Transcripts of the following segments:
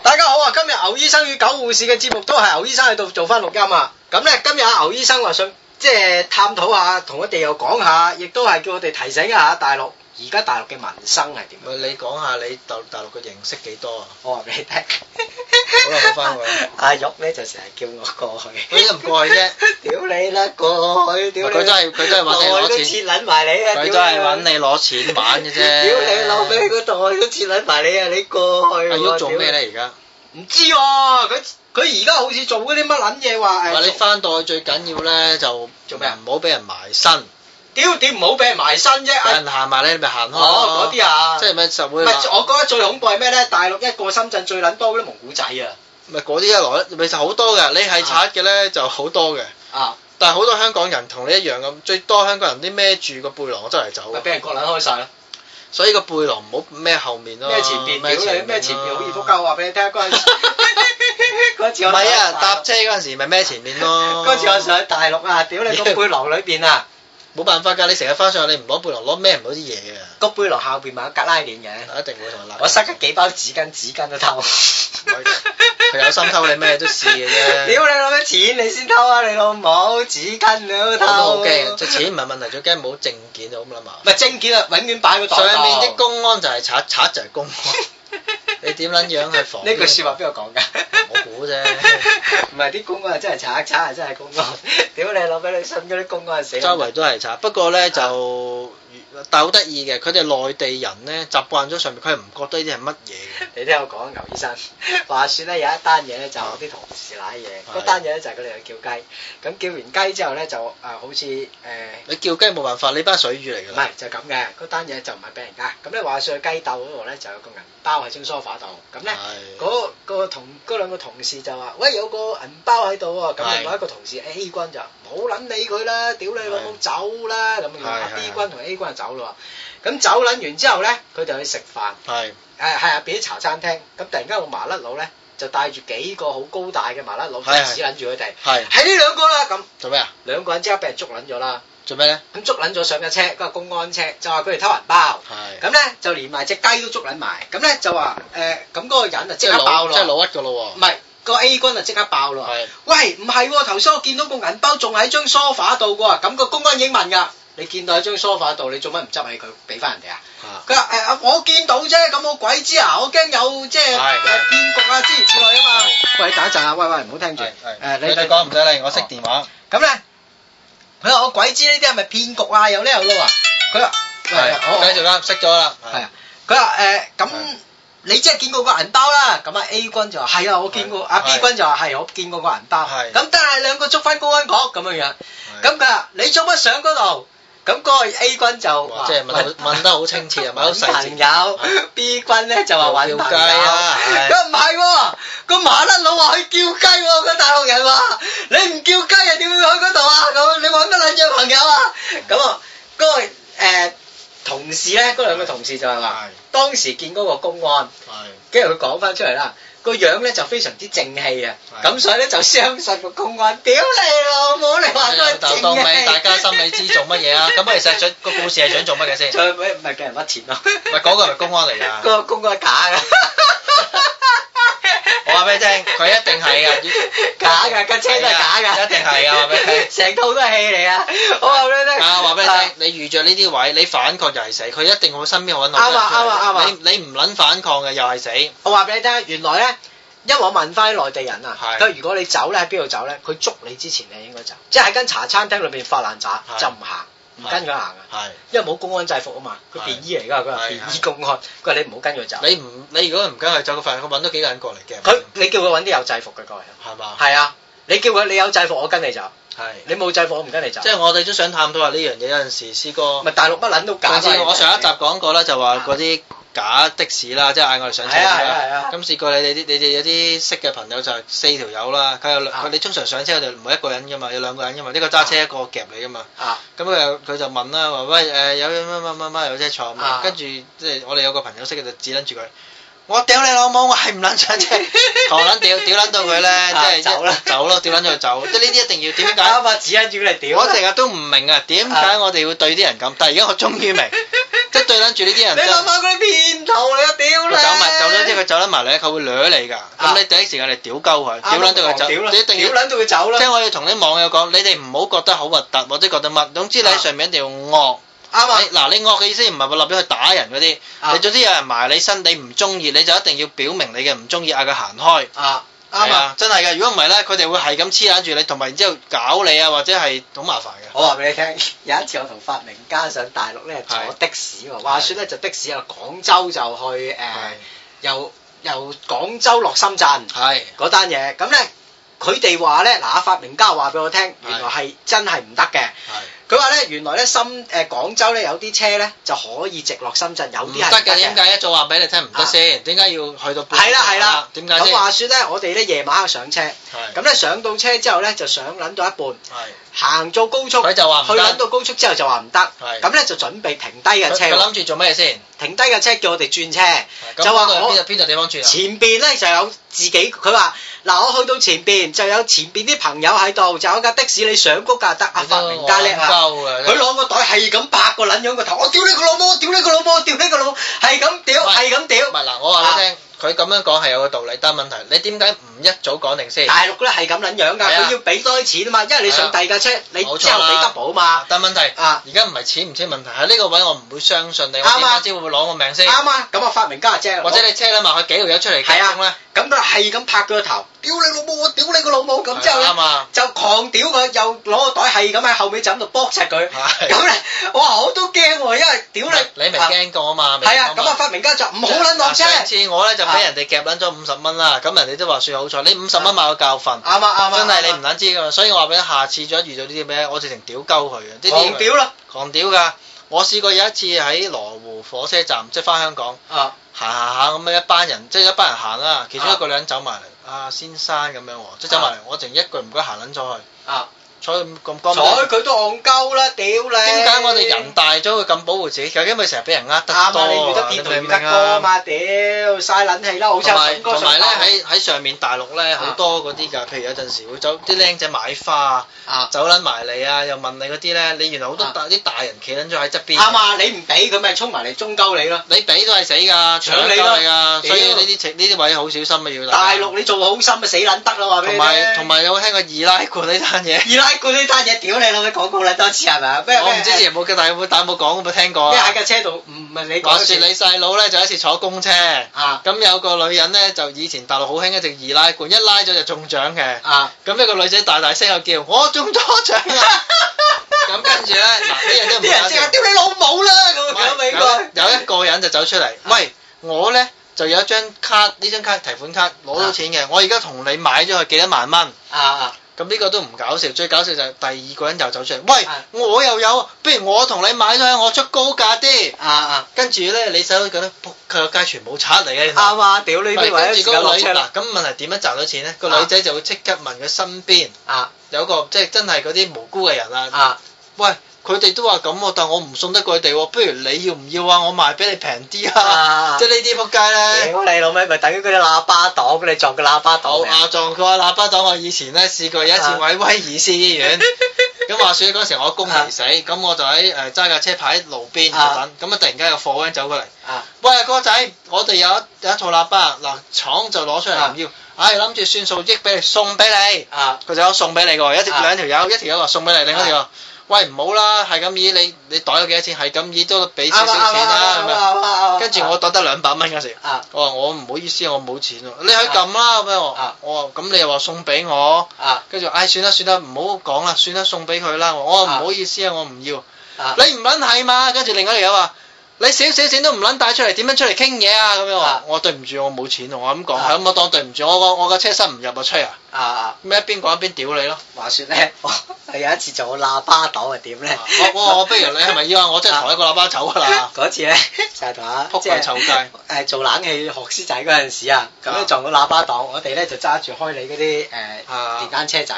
啊牛醫生與狗護士嘅節目都係牛醫生喺度做翻錄音啊！咁咧今日阿牛醫生話想即係探討下，同我哋又講下，亦都係叫我哋提醒一下大陸而家大陸嘅民生係點樣。喂，你講下你大大陸嘅認識幾 多啊？我話俾你聽，好啦好返我啦 阿玉咧就成日叫我過去，你都唔過去啫， 屌你啦過去，屌你！佢都係佢都係揾你攞我都錢切撚埋你啊！佢屌都係你揾啦你攞錢玩嘅啫。 屌你老味，嗰度我都切撚埋你啊！你過去。阿我喐做屌咩咧？而家？你？唔知喎，佢佢而家好似做嗰啲乜撚嘢話誒話你翻到去最緊要咧就啊做咩啊唔好俾人埋身，屌點唔好俾人埋身啫！有啊人行埋咧你咪行開哦，嗰啲啊，即係咪就唔係會話我覺得最恐怖係咩咧？大陸一過深圳最撚多嗰啲蒙古仔啊！咪嗰啲一來咪就好多嘅，你係賊嘅咧就好多嘅。啊，但係好多香港人同你一樣咁，最多香港人啲孭住個背囊周嚟走咪啊，俾人割撚開晒咯！所以個背囊唔好孭後面咯，咩前邊屌孭你咩前邊咯好易撲街！我話俾你聽 嗰陣時，嗰次唔我係啊，上搭車嗰陣時咪孭前面咯。 嗰次我上大陸啊，屌你個背囊裏邊啊，冇辦法㗎，你成日翻上去你唔攞背囊攞孭唔到啲嘢嘅，個背囊後邊咪有格拉鏈嘅。一定會同人鬧。我塞咗幾包紙巾，紙巾都偷。佢佢有心偷你咩都試嘅啫屌你攞咩錢你先偷啊！你老母紙巾你都我偷。都好驚，隻錢唔係問題，最驚冇證件就咁啦嘛唔。係證件啊，永遠擺喺個袋上度。面 啲公安就係賊，賊就係公安。 你點撚樣去防呢句説話邊個講㗎？我估啫唔係啲公安係啊真係賊，賊係真係公安。屌你老俾你信嗰啲公安死。周圍都係賊，不過咧就但係好得意嘅，佢哋內地人咧習慣咗上面，佢係唔覺得呢啲係乜嘢嘅。你聽我講，牛醫生 話説咧有一單嘢咧就我啲同事賴嘢，係嗰單嘢咧就係佢哋去叫雞，咁叫完雞之後咧就啊好似誒。你叫雞冇辦法，你班水魚嚟㗎唔啦係。就咁嘅，嗰單嘢就唔係俾人家。咁咧話上去雞竇嗰度咧就有個銀包喺張梳化度，咁咧係嗰個同嗰兩個同事就話：喂，有個銀包喺度喎。咁係另外一個同事 A 君就冇撚理佢啦，屌你老母係走啦咁樣。係係 B 係君同 A 君就走啦喎。咁走撚完之後咧，佢就去食飯，係誒係啊，俾啲茶餐廳。咁突然間個麻甩佬咧就帶住幾個好高大嘅麻甩佬就係係指撚住佢哋，係係呢兩個啦咁，做咩啊？兩個人即刻俾人捉撚咗啦。做咩咧？咁捉撚咗上架車，嗰個公安車就話佢哋偷銀包，係咁咧就連埋只雞都捉撚埋，咁咧就話誒，咁、嗰個人啊即即係刻爆老即係咯，老屈㗎咯唔係個 A 君啊即刻爆喎。咯，係。喂唔係喎，頭先我見到個銀包仲喺張 sofa 度嘅喎，咁、個公安已經問㗎，你見到喺張 sofa 度，你做乜唔執起佢俾翻人哋啊？啊佢話誒我見到啫，咁我鬼知啊，我驚有即係誒係係騙局啊之如此類啊嘛。喂，等一陣啊，喂喂唔好聽住，誒係係你你哋講唔使理，我熄電話。咁咧，佢話我鬼知呢啲係咪騙局啊？有呢有路啊！佢話係，繼續啦，熄咗啦。啊係啊，佢話誒咁係你即係見過個銀包啦。咁啊 A 君就話係啊，我見過。阿 B 係君就話係我見過個銀包。係咁但係兩個捉翻公安局咁樣樣。咁咁佢話你做乜上嗰度？咁嗰個 A 君就哇即係問得好問得好 清澈啊問得好細緻朋友係 B 君咧就話揾又朋叫友。雞啊係佢唔係喎，個麻甩佬話去叫雞喎，個大陸人話你唔叫雞啊，點會去嗰度啊？咁你揾乜撚嘢朋友啊？咁啊，嗰、個、呃、同事咧，嗰兩個同事就係話係，當時見嗰個公安。係跟住佢講翻出嚟啦，個樣咧就非常之正氣啊，係咁所以咧就相信個公安，屌你老母，你話佢係就正啊當氣，你大家心理知做乜 嘢啊？咁其實想個故事係想做乜嘅先？最尾咪俾人屈錢咯，喂，嗰 個係咪啊公安嚟嗰㗎？ 個公安假㗎， 我話俾你 聽，佢一定係啊！假㗎，架車都係假㗎，一定係啊！話俾你聽。 成套都係戲嚟啊！我話俾你聽，啊！話俾你啊聽，你遇着呢啲位，你反抗又係死，佢一定會身邊揾啱啊啱啊啱啊你你唔撚反抗嘅又係死，我話俾你聽，原來咧，因為我問翻啲內地人啊，係佢話如果你走咧喺邊度走咧，佢捉你之前你應該走，即係喺間茶餐廳裏邊發爛渣係就唔行，唔跟佢行啊，係因為冇公安制服啊嘛，佢便衣嚟㗎，佢話係便衣係公安，佢話你唔好跟佢走，你唔你如果唔跟佢走，佢份佢揾到幾個人過嚟嘅，佢你叫佢揾啲有制服嘅過嚟，係嘛？係啊，你叫佢你有制服我跟你走，係。你冇制服我唔跟你走即，係我哋都想探討下呢樣嘢，有陣時試過。咪大陸乜撚都假上㗎。次我上一集講過啦，就話嗰啲假的士啦，即係嗌我哋上車係啊係啊係啊啦。咁試過你哋啲你哋有啲識嘅朋友就係四條友啦，佢有兩啊佢哋通常上車就唔係一個人噶嘛，有兩個人噶嘛，一個揸車一個夾你噶嘛。啊咁佢又佢就問啦，話喂誒有乜乜乜乜有車坐啊嘛？跟住即係我哋有個朋友識嘅就指撚住佢，我屌你老母，我係唔 撚上車，狂撚屌屌撚到佢咧，啊即係一走啦走咯，屌撚咗 佢走，即係呢啲一定要點解？啱啊，指引住你屌，我成日都唔明啊，點解我哋會對啲人咁？但係而家我終於明，即係對撚住呢啲人你真諗係。下嗰啲騙徒嚟啊！屌佢你！啊走埋走咗之後，佢走得埋你，佢會掠你㗎。咁你第一時間你屌鳩佢，屌撚到佢走，屌啦你一定啊屌要。撚到佢走即啦，係我要同啲網友講，你哋唔好覺得好核突或者覺得乜，總之你喺上面一定要惡。啱啊！你嗱，你惡嘅意思唔係話立咗去打人嗰啲，啊你總之有人埋你身，你唔中意，你就一定要表明你嘅唔中意，嗌佢行開。啊，啱係啊！啊，真係嘅。如果唔係咧，佢哋會係咁黐攬住你，同埋然之後搞你啊，或者係好麻煩嘅。我話俾你聽， 有一次我同發明家上大陸咧坐的士喎，話説咧就的士由廣州就去誒、係由由廣州落深圳係嗰單嘢，咁咧佢哋話咧嗱，阿發明家話俾我聽，原來係真係唔得嘅。佢話咧原來咧深誒、廣州咧有啲車咧就可以直落深圳，有係唔啲係唔得得嘅，嘅點。解一早話俾你聽唔得啊先？點解要去到半係啦係啦，點解咁先？話説咧，我哋咧夜晚黑上車，係咁咧上到車之後咧就上撚到一半，係行到高速，佢就話唔去撚得。到高速之後就話唔得，係咁咧就準備停低佢架車佢喎，諗住做咩先？停低架車叫我哋轉車，咁就話嗰度我邊度邊度地方住啊？前邊咧就有自己，佢話嗱我去到前邊就有前邊啲朋友喺度，就有架的士你上高架得，阿發明家叻啊！佢佢攞個袋係咁拍個撚樣個頭，我屌你個老母，我屌你個老母，我屌你個老母，係咁屌，唔係係咁屌唔。係嗱，我話你聽，佢咁樣講係有個道理，但係問題你點解唔一早講定先？大陸咧係咁撚樣㗎，係啊佢要俾多啲錢啊嘛，因為你上第二架車，你之後俾冇錯啦 double 啊嘛，但問題啊而家唔係錢唔錢問題，喺呢個位我唔會相信你，我啱啊點解知會攞我命先？啱啊！咁啊發明家姐，或者你車撚埋佢幾條友出嚟係啊競爭咧？咁佢係咁拍佢個頭，屌你老母，我屌你個老母，咁之後係咧啊啱啊！就狂屌佢，又攞個袋係咁喺後尾枕度剝實佢，係咁咧我話我都驚喎，因為屌你你未驚過啊嘛？未係啊，驚咁過啊嘛發明家就唔好撚落車，嗱上啱次我咧就俾人哋夾撚咗五十蚊啦，咁人哋都話算好彩，你五十蚊買個教訓。啊啱啊，真係你唔唔撚知噶嘛，所以我話俾你，下次再遇到呢啲咩，我直情屌鳩佢嘅，呢啲狂屌啦狂屌㗎！我試過有一次喺羅湖火車站，即係翻香港啊行行下咁樣，一班人即係一班人行啦，其中一個女人走埋嚟，啊先生咁樣喎，即係走埋嚟，我淨一句唔該行撚咗去，啊，坐咁咁睬光明。佢都戇鳩啦，屌你！點解我哋人大咗會咁保護自己？究竟咪成日俾人呃得啱啊！你遇多得啊？騙你徒明唔遇得明多啊啊？嘛，屌嘥撚氣啦，好似同阿埋筍哥同上埋咧大陸喺喺上面大陸咧好多嗰啲㗎，譬如有陣時會走啲僆仔買花啊。啊。走撚埋你啊，又問你嗰啲咧，你原來好多啊大啲大人企撚咗喺側邊。啱！啊！你唔俾佢咪衝埋嚟中鳩你咯。你俾都係死㗎，搶搶你你咯㗎，所以屌呢啲情呢啲位好小心啊，要大大家陸你做好心咪死撚得啦，話俾你聽同埋同埋有冇聽過二奶罐呢單嘢？二奶罐呢單嘢，屌你老味講過啦多次係咪啊？咩我唔知之前有冇嘅，但係有冇但係有冇講有冇聽過咩喺啊？架車度，唔唔係你話講説嘅你細佬咧就有一次坐公車，啊咁有個女人咧就以前大陸好興一隻二奶罐，一拉咗就中獎嘅。啊咁呢個女仔大大聲又叫：我中咗獎啊！ 咁跟住咧，嗱呢樣都啊唔啲人搞即笑刻。屌你老母啦 咁啊樣唔咪係應該有有一個人就走出嚟，喂，我咧就有一張卡，呢張卡提款卡攞到錢嘅，我而家同你買咗佢幾多萬蚊。啊啊咁呢個都唔搞笑，最搞笑就係第二個人又走出嚟，喂啊，我又有，不如我同你買咗佢，我出高價啲。啊啊跟住咧，你細佬覺得仆佢個街全部賊嚟嘅，原來啱啊！屌你唔啲係位跟住時嗰間個落女車啦嗱，咁問題點樣賺到錢咧？個女仔就會即刻問佢身邊啊有個即係真係嗰啲無辜嘅人啊。啊喂，佢哋都話咁喎，但我唔送得佢哋喎，不如你要唔要啊？我賣俾你平啲啊！啊！即係呢啲仆街咧，屌你老味咪等於嗰啲喇叭檔，你撞個喇叭好檔嚟啊啊撞佢啊！喇叭黨我以前咧試過有一次啊我喺威爾斯醫 院，咁話説嗰時我公嚟死，咁我就喺誒揸架車牌喺路邊啊度等，咁啊突然間有貨 van 走過嚟，啊喂哥仔，我哋有一有一套喇叭，嗱廠就攞出嚟唔要，唉諗住算數益俾你送俾你。啊！佢就有送俾你嘅喎，一條啊兩條友，一條友話送俾你，另一條話喂唔好啦，係咁以你你袋咗幾多錢，係咁以都俾少啊少錢啦咁樣。啊啦跟住我袋得兩百蚊嗰時，啊我話我唔好意思，我冇錢喎，你去撳啦咁樣啊我，我話咁你又話送俾我，啊跟住唉算啦算啦，唔好講啦，算啦送俾佢啦，我我話啊唔好意思啊，我唔要，啊你唔撚係嘛？跟住另一條友話。你少少錢都唔撚帶出嚟，點樣出嚟傾嘢啊？咁樣啊話，我對唔住，我冇錢喎，我咁講，啊係咁我當對唔住，我個我個車塞唔入啊，吹啊！啊啊！咩一邊講一邊屌你咯！話説咧， 我有一次做喇叭檔係點咧？啊我我我不如你係咪要啊？我真係抬一個喇叭走噶 啦！嗰次咧就係同阿仆即佢係臭街誒做冷氣學師仔嗰陣時啊，咁咧啊撞到喇叭檔，我哋咧就揸住開你嗰啲誒啊電單車仔，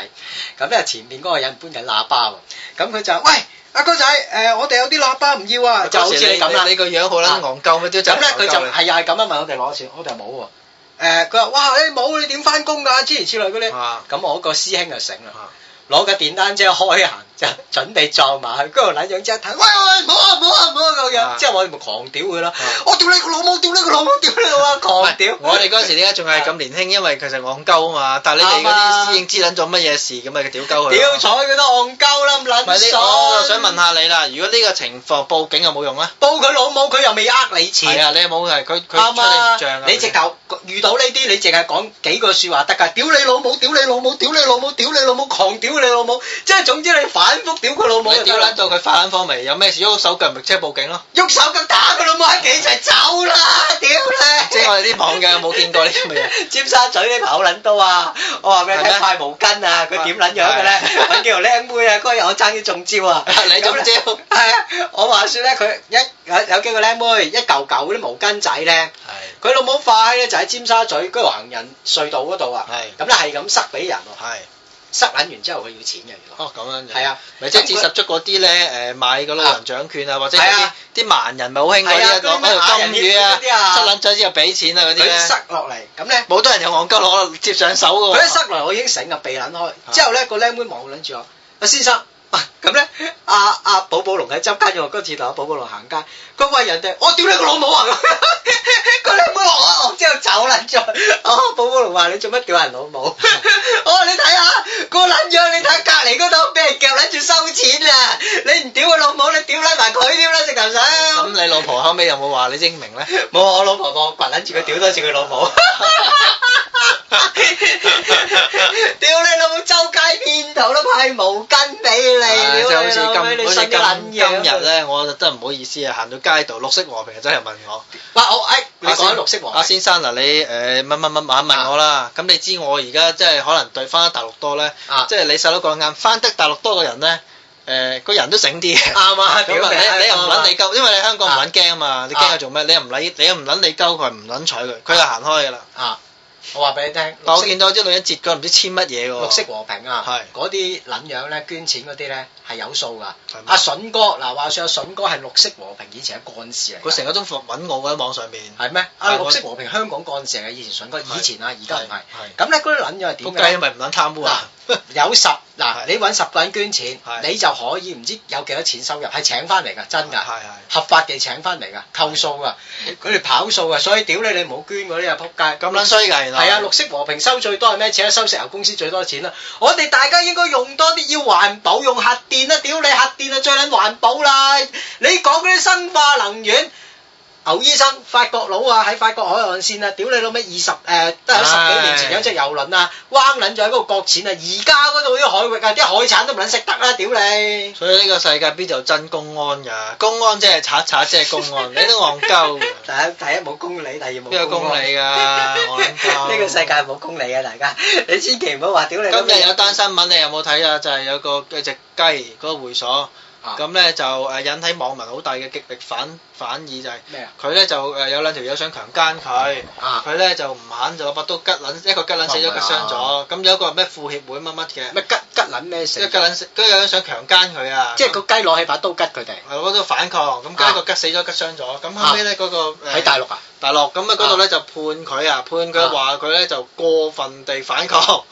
咁咧前面嗰個人搬緊喇叭喎，咁佢就喂阿哥仔誒，我哋有啲喇叭唔要啊，就好似你啊咁啦你。個樣好 Ờ. 撚戇鳩嘅都真咁係咧佢就戇鳩係又係咁樣啊問我哋攞錢，我哋話冇喎。誒，佢話：哇，你冇你點翻工㗎？諸如此類嗰你啲。啊咁我個師兄就醒啦啊，攞架電單車開行，就 準備撞埋去，嗰條撚樣即刻睇，喂喂，唔好啊唔好啊唔好啊咁樣，啊之後我哋咪狂屌佢啦啊，我屌你個老母，屌你個老母，屌你個老母，狂屌！我哋嗰陣時點解仲係咁年輕？因為其實戇鳩啊嘛。但係你哋嗰啲師兄知撚咗乜嘢事，咁咪屌鳩佢咯。屌彩佢都戇鳩啦，咁唔係撚你，爽。我就想問下你啦。如果呢個情況報警有冇用啊？報佢老母，佢又未呃你係錢。啊，你有冇係佢佢出啱你啊唔漲啊？！你直頭遇到呢啲，你淨係講幾句説話得㗎。屌你老母，屌你老母，屌你老母，屌你老母，狂屌你老母。即係總之你反覆屌佢老母你就屌得撚啦。到佢發撚慌未？有咩事喐手腳咪即係報警咯。喐手咁打佢老母，喺幾齊走啦！屌你！即係我哋啲網友有冇見過呢啲咁嘅 嘢？尖沙咀呢排好撚多啊！我話俾你聽，係咩塊毛巾啊，佢點撚樣嘅咧？係揾幾條靚妹啊，嗰日我爭啲中招啊！ 你中招咁呢係啊！我話説咧，佢一有有幾個靚妹，一嚿嚿嗰啲毛巾仔咧，係佢老母快咧就喺尖沙咀嗰條行人隧道嗰度啊！係咁咧係咁塞俾人喎，係。塞撚完之後佢要錢嘅原來。哦，咁樣嘅。係啊，咪即係自十足嗰啲咧，誒買個老人獎券啊，或者嗰係啲啊啲盲人咪好興嗰係啲啊啊嗰啲攞咩嗰條金魚盲人嗰啲啊啊，塞撚咗之後俾錢啊嗰啲佢咧，塞落嚟，咁咧。冇多人有戇鳩攞接上手嘅喎。佢一塞嚟，我已經醒啊，鼻撚開。之後咧，個僆妹望撚住我，阿先生，啊咁咧，阿阿寶寶龍喺執街用嗰次同阿寶寶龍行街，佢喂人哋，我屌你個老母啊！咁 個僆妹我我之後走撚咗。哦，寶寶龍話你做乜屌人老母？ 我話你睇下個撚樣，你睇隔離嗰度俾人夾撚住收錢啊！你唔屌佢老母，你屌撚埋佢添啦，直頭咁想。你老婆後尾有冇話你英 明咧？冇啊！我老婆我掘撚住佢屌多次佢老 母，屌你老母周街騙徒都派毛巾俾唉你，即係屌好你老似味今你好似信啲撚今嘢啊今日，咧，我就真係唔好意思啊，行到街度綠色和平真係問我。喂我誒哎你阿先講緊綠色阿黃，先生嗱，啊你誒乜乜乜晚問我啦，咁你知我而家即係可能對翻大陸多咧啊，即係你細佬講啱，翻得大陸多嘅人咧，誒個人都醒啲嘅。啱 啊！屌咁啊你你又唔撚撚你鳩，因為你香港唔啊撚驚啊嘛，你驚佢做咩？你又唔撚你又唔撚你鳩佢，唔撚睬佢，佢就行開噶啦。啊！我話俾你聽，但綠我色見到有啲女人截咗唔知簽乜嘢喎。綠色和平啊係，嗰啲撚樣咧捐錢嗰啲咧係有數㗎。係咩阿筍哥嗱話説阿筍哥係綠色和平以前係幹事嚟佢㗎。成日都揾我喺網上面。係咩？啊，係綠色和平香港幹事嚟嘅，以前筍哥，以前啊，而家唔係。係咁咧嗰啲撚樣係點仆嘅街，咧因？為唔撚貪污啊。 有十嗱，係你揾十個人捐錢，係你就可以唔知有幾多錢收入，係請翻嚟㗎，真係㗎，係。合法地請翻嚟㗎，扣數㗎，佢哋跑數㗎，所以屌你你唔好捐嗰啲啊，撲街咁撚衰㗎原來。係啊，綠色和平收最多係咩錢啊？收石油公司最多錢啦。我哋大家應該用多啲，要環保，用核電啦。屌你核電啊，最撚環保啦！你講嗰啲生化能源。牛醫生，法國佬啊，喺法國海岸線啊，屌你老味二十誒，都係十幾年前有隻遊輪啊，彎撚咗喺嗰度擱淺啊，而家嗰度啲海域啊，啲海產都唔撚食得啦，屌你！ 所以呢個世界邊度有真公安㗎？公安即係賊賊即係公安，你都戇鳩㗎。第一第一冇公理，第二冇邊有公安理㗎？我諗鳩 呢個世界冇公理啊，大家你千祈唔好話屌你老今味。日有單新聞，你有冇睇啊？就係、有個有隻雞嗰、個會所啊，咁咧、就誒引起網民好大嘅極力反反議，就係咩啊佢咧就誒有兩條友想強姦佢，啊佢咧就唔肯，就攞把刀吉撚，一個吉撚死咗，一個傷咗。咁有一個咩副協會乜乜嘅，哦咩吉吉撚咩死一？吉撚死，跟住有人想強姦佢啊，即係個雞攞起把刀吉佢哋係嗰度反抗，咁跟住一個吉死咗，一個吉傷咗。咁後尾咧嗰個啊喺誒大 陸啊！大陸咁啊嗰度咧就判佢啊，判佢話佢咧就過分地反 抗。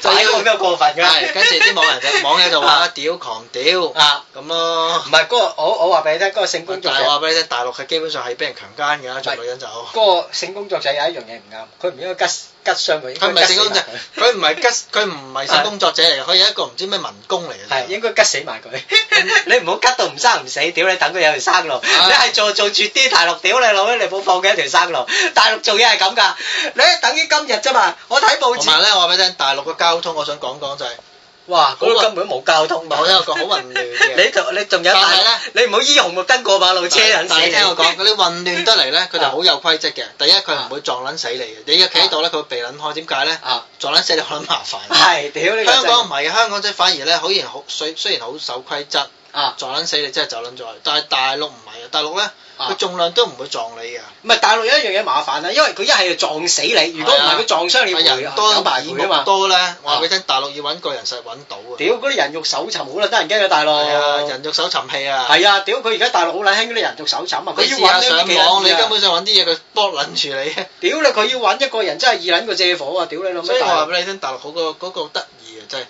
反抗邊有過分㗎？係，跟住啲網人就網友就話屌狂屌啊，咁咯唔。係嗰個我我話俾你聽，嗰個性工作但係我話者俾你聽，大陸係基本上係俾人強姦㗎，做女人就佢嗰個性工作者有一樣嘢唔啱，佢唔應該吉吉傷佢，應唔該係吉死性工埋作佢，佢唔係吉，佢唔係性工作者嚟嘅，佢係一個唔知咩民工嚟嘅係啫。應該吉死埋佢。 你唔好吉到唔生唔死，屌你等佢有條生路。係你係做做絕啲大陸，屌你老味，你冇放佢一條生路。大陸做嘢係咁㗎，你等於今日啫嘛。我睇報同埋紙，咧，我話俾你聽，大陸嘅交通，我想講講就係哇，嗰度好啊根本冇交通嘛。我有個好混亂嘅。 你仲你仲有大但係咧？你唔好依紅綠燈過馬路車人死啊但係你。聽 我講，嗰啲混亂得嚟咧，佢就好有規則嘅。第一，佢唔會撞撚死你嘅。你一企喺度咧，佢會避撚開。點解咧？啊，撞撚死你可能麻煩。係屌 呢個真香係港唔係嘅，香港即係反而咧，好然好雖雖然好守規則，啊，撞撚死你真係走撚咗，但係大陸唔係啊，大陸咧啊佢重量都唔會撞你㗎，啊唔係大陸有一樣嘢麻煩啦，啊因為佢一係就撞死你，如果唔係佢撞傷你係賠人多九百耳倍啊目嘛。啊多咧，我話俾你聽，大陸要揾個人實揾到啊，屌嗰啲人肉搜尋好啦，得人驚嘅大係啊，陸。人肉搜尋器啊，係啊，屌佢而家大陸好撚興嗰啲人肉搜尋啊，你佢要試下揾上呢啲網，你人根啊。本上揾啲嘢佢幫撚住你，屌你，佢要揾一個人真係易撚過借火啊！屌你老 所味以我大話陸。俾你聽，大陸好個嗰個得意啊，就係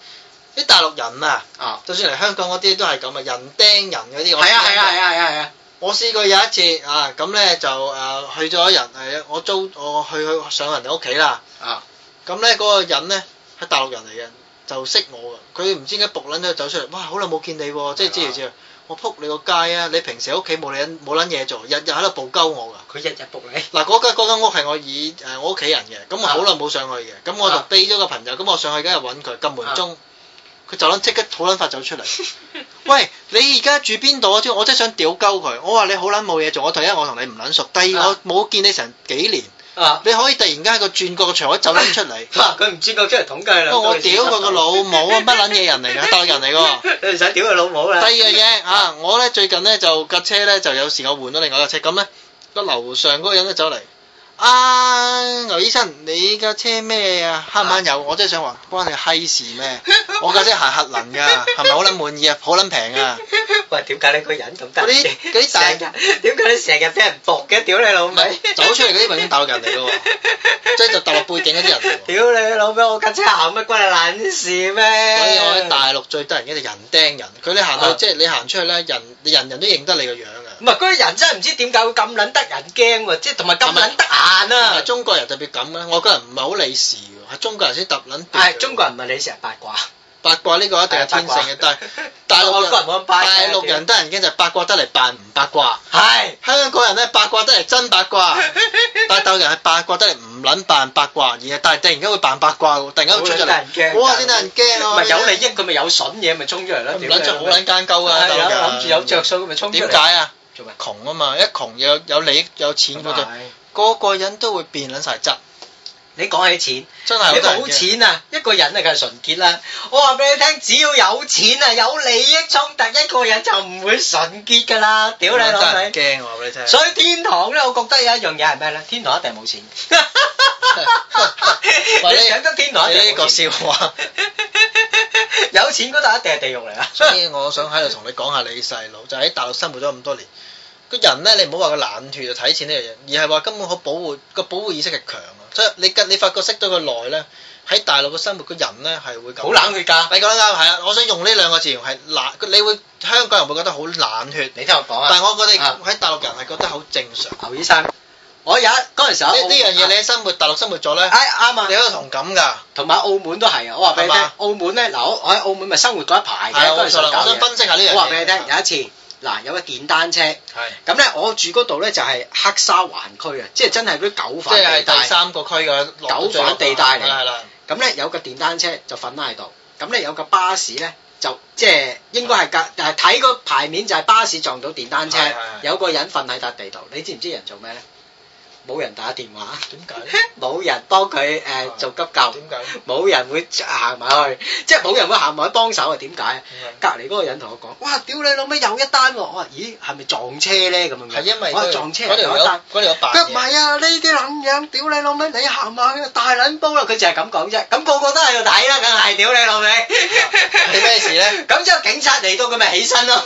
啲大陸人啊，啊，就算嚟香港嗰啲都係咁啊，人釘人嗰啲。係啊係啊係啊係啊係啊，我試過有一次啊，咁咧就誒、啊去咗人誒，我租我去去上人哋屋企啦。啊，咁咧嗰個人咧係大陸人嚟嘅，就識我嘅。佢唔知點解仆撚咗走出嚟，哇！好耐冇見你喎，即係之如之類。我撲你個街啊！你平時喺屋企冇撚冇撚嘢做，日日喺度暴鳩我㗎。佢日日仆你，嗱，嗰間嗰間屋係我以誒我屋企人嘅，咁我啊好耐冇上去嘅，咁我就啊避咗個朋友，咁我上去梗係揾佢，撳門鐘，佢就撚即刻好撚快走出嚟。 喂，你而家住邊度啊？即係我真係想屌鳩佢，我話你好撚冇嘢做，我第一我同你唔撚熟，第二啊我冇見你成幾年，啊， 你可以突然間喺個轉角個牆位走撚出嚟。啊佢唔知個出嚟統計啦，不過哦我屌佢個老母啊！乜撚嘢人嚟㗎？大陸人嚟㗎喎。 你唔使屌佢老母 啦，第二樣嘢啊，我咧最近咧就架車咧就有時我換咗另外一架車，咁咧個樓上嗰個人咧走嚟，啊牛醫生，你架車咩啊？慳唔慳油？我真係想話關你閪事咩？ 我架車行核能 㗎，係咪好撚滿意啊？好撚平啊！ 喂，點解你個人咁得意？嗰啲嗰啲大成日點解你成日俾人搏嘅？屌你老 唔味！係走出嚟嗰啲永遠大陸人嚟㗎 喎，即係就大陸背景嗰啲人嚟喎。屌你老味！我架車行乜關你撚事咩？所以我喺大陸最得人嘅就人釘人，佢你行到即係你行出去咧，人人人都認得你個樣啊唔㗎。係嗰啲人真係唔知點解會咁撚得人驚喎，即係同埋咁撚得眼但啊係！中國人特別咁咧，外國人唔係好理事喎，係中國人先揼撚斷係中國人唔係你成日八卦，八卦呢個一定係天性嘅，但係大陸外國人冇咁人八大卦陸人得人驚就係八卦得嚟扮唔八卦，係香港人咧八卦得嚟真八 卦，但係大陸人係八卦得嚟唔撚扮八卦，而係但係突然間會扮八卦喎，突然間會出咗好撚得人嚟，驚哇！先得人驚啊！咪有利益佢咪有筍嘢咪衝出嚟咯，唔屌撚你着老好味撚奸鳩啊！係大陸有人諗住有着數佢咪衝出嚟點解啊？做咩？窮啊嘛，一窮有有利益有錢嗰咁啊度，係個個人都會變撚晒質，你講起真係錢，好你得人冇驚。錢啊，一個人啊梗係純潔啦。我話俾你聽，只要有錢啊，有利益衝突，一個人就唔會純潔㗎啦，屌你老真味！係驚我話俾你 聽。所以天堂咧，我覺得有一樣嘢係咩咧？天堂一定係冇錢。 喂你想得天堂一定你呢個冇錢。笑話。 有錢嗰度一定係地獄嚟 啊！所以我想喺度同你講下你細佬，就喺大陸生活咗咁多年，個人咧你唔好話佢冷血就睇錢呢樣嘢，而係話根本好保護個保護意識係強啊！所以你跟你發覺識咗佢耐咧，喺大陸嘅生活個人咧係會咁。好冷血㗎。你講得啱，係啊！我想用呢兩個字容係冷，你會香港人會覺得好冷血，你聽我講但啊，係我覺得啊喺大陸人係覺得好正常。牛醫生，我有一嗰陣時呢喺澳呢樣嘢你喺生活大陸生活咗咧，哎啱啊你，有同感㗎。同埋澳門都係啊！我話俾你係聽嘛，澳門咧嗱，我我喺澳門咪生活過一排嘅係啊嗰陣冇時錯啦，我搞想嘢。分析下呢樣嘢。我話俾你聽，有一次嗱，有個電單車。係咁咧，我住嗰度咧就係黑沙環區啊，即係真係嗰啲狗即反地係帶第。三個區嘅落九反地帶嚟係啦係啦。咁咧有個電單車就瞓喺度，咁咧有個巴士咧就即係應該係架，但係睇個牌面就係巴士撞到電單車係係，係有個人瞓喺笪地度，你知唔知人做咩咧？冇人打電話，點解咧？ 冇人幫佢係誒做急救，點解咧？冇人會行埋去，即係冇人會行埋去幫手啊？點解？隔離嗰個人同我講：，哇！屌你老味有一單喎！我話：咦，係咪撞車咧？咁樣樣係因為我話嗰撞車嗰條有一友單。嗰條友扮佢唔嘢，係啊！呢啲撚樣，屌你老味，你行埋去大撚煲啦！佢就係咁講啫，咁個個都喺度睇啦，梗係屌你老味。你咩事 咧？咁之後警察嚟到，佢咪起身咯。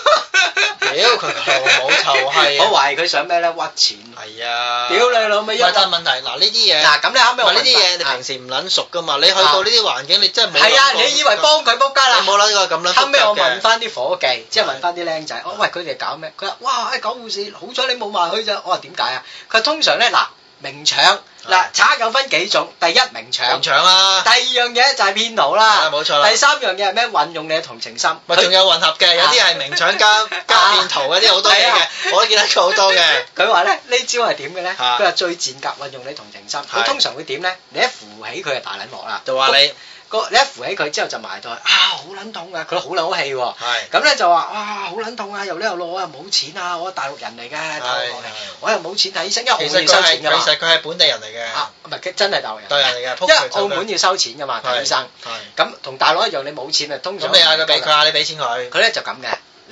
屌佢個老母臭閪啊我懷疑佢想咩咧？屈錢。係啊！屌你老味唔係但係問題嗱呢啲嘢，嗱，咁你後尾唔我係呢啲嘢，你啊平時唔撚熟噶嘛？你去到呢啲環境，你真係冇諗過。係啊，你以為幫佢仆街啦？你冇諗過咁撚複雜嘅後尾我問翻啲伙計，即係問翻啲僆仔，我話喂佢哋搞咩？佢話哇，唉搞護士，好彩你冇埋去啫。我話點解啊？佢話通常咧嗱，明搶嗱賊有分幾種，第一明搶長。長啦，第二樣嘢就係騙徒啦，係啊冇錯啦第三樣啊嘢係咩？運用你嘅同情心，咪仲有混合嘅，有啲係明搶加加變圖嗰啲好多嘢啊係啊嘅，我都見得佢好多嘅。佢話咧呢招係點嘅咧？啊佢話最賤格運用你同情心，係佢通常會點咧？你一扶起佢就大撚鑊啦，就話你個你一扶起佢之後就埋到去，啊好撚痛啊！佢好撚氣喎。係咁咧就話哇好撚痛啊！又呢又攞，我又冇錢啊！我大陸人嚟嘅，大陸落嚟係係，我又冇錢睇醫生，因為其澳門實要收佢係錢㗎其嘛。實佢係本地人嚟嘅啊，，唔係佢真係大陸人。大陸人嚟嘅，因撲為澳佢走門佢要收錢㗎嘛，睇醫生。係。咁同大陸一樣，你冇錢啊，通咁常你嗌佢俾佢，嗌你俾錢佢。佢咧就咁嘅，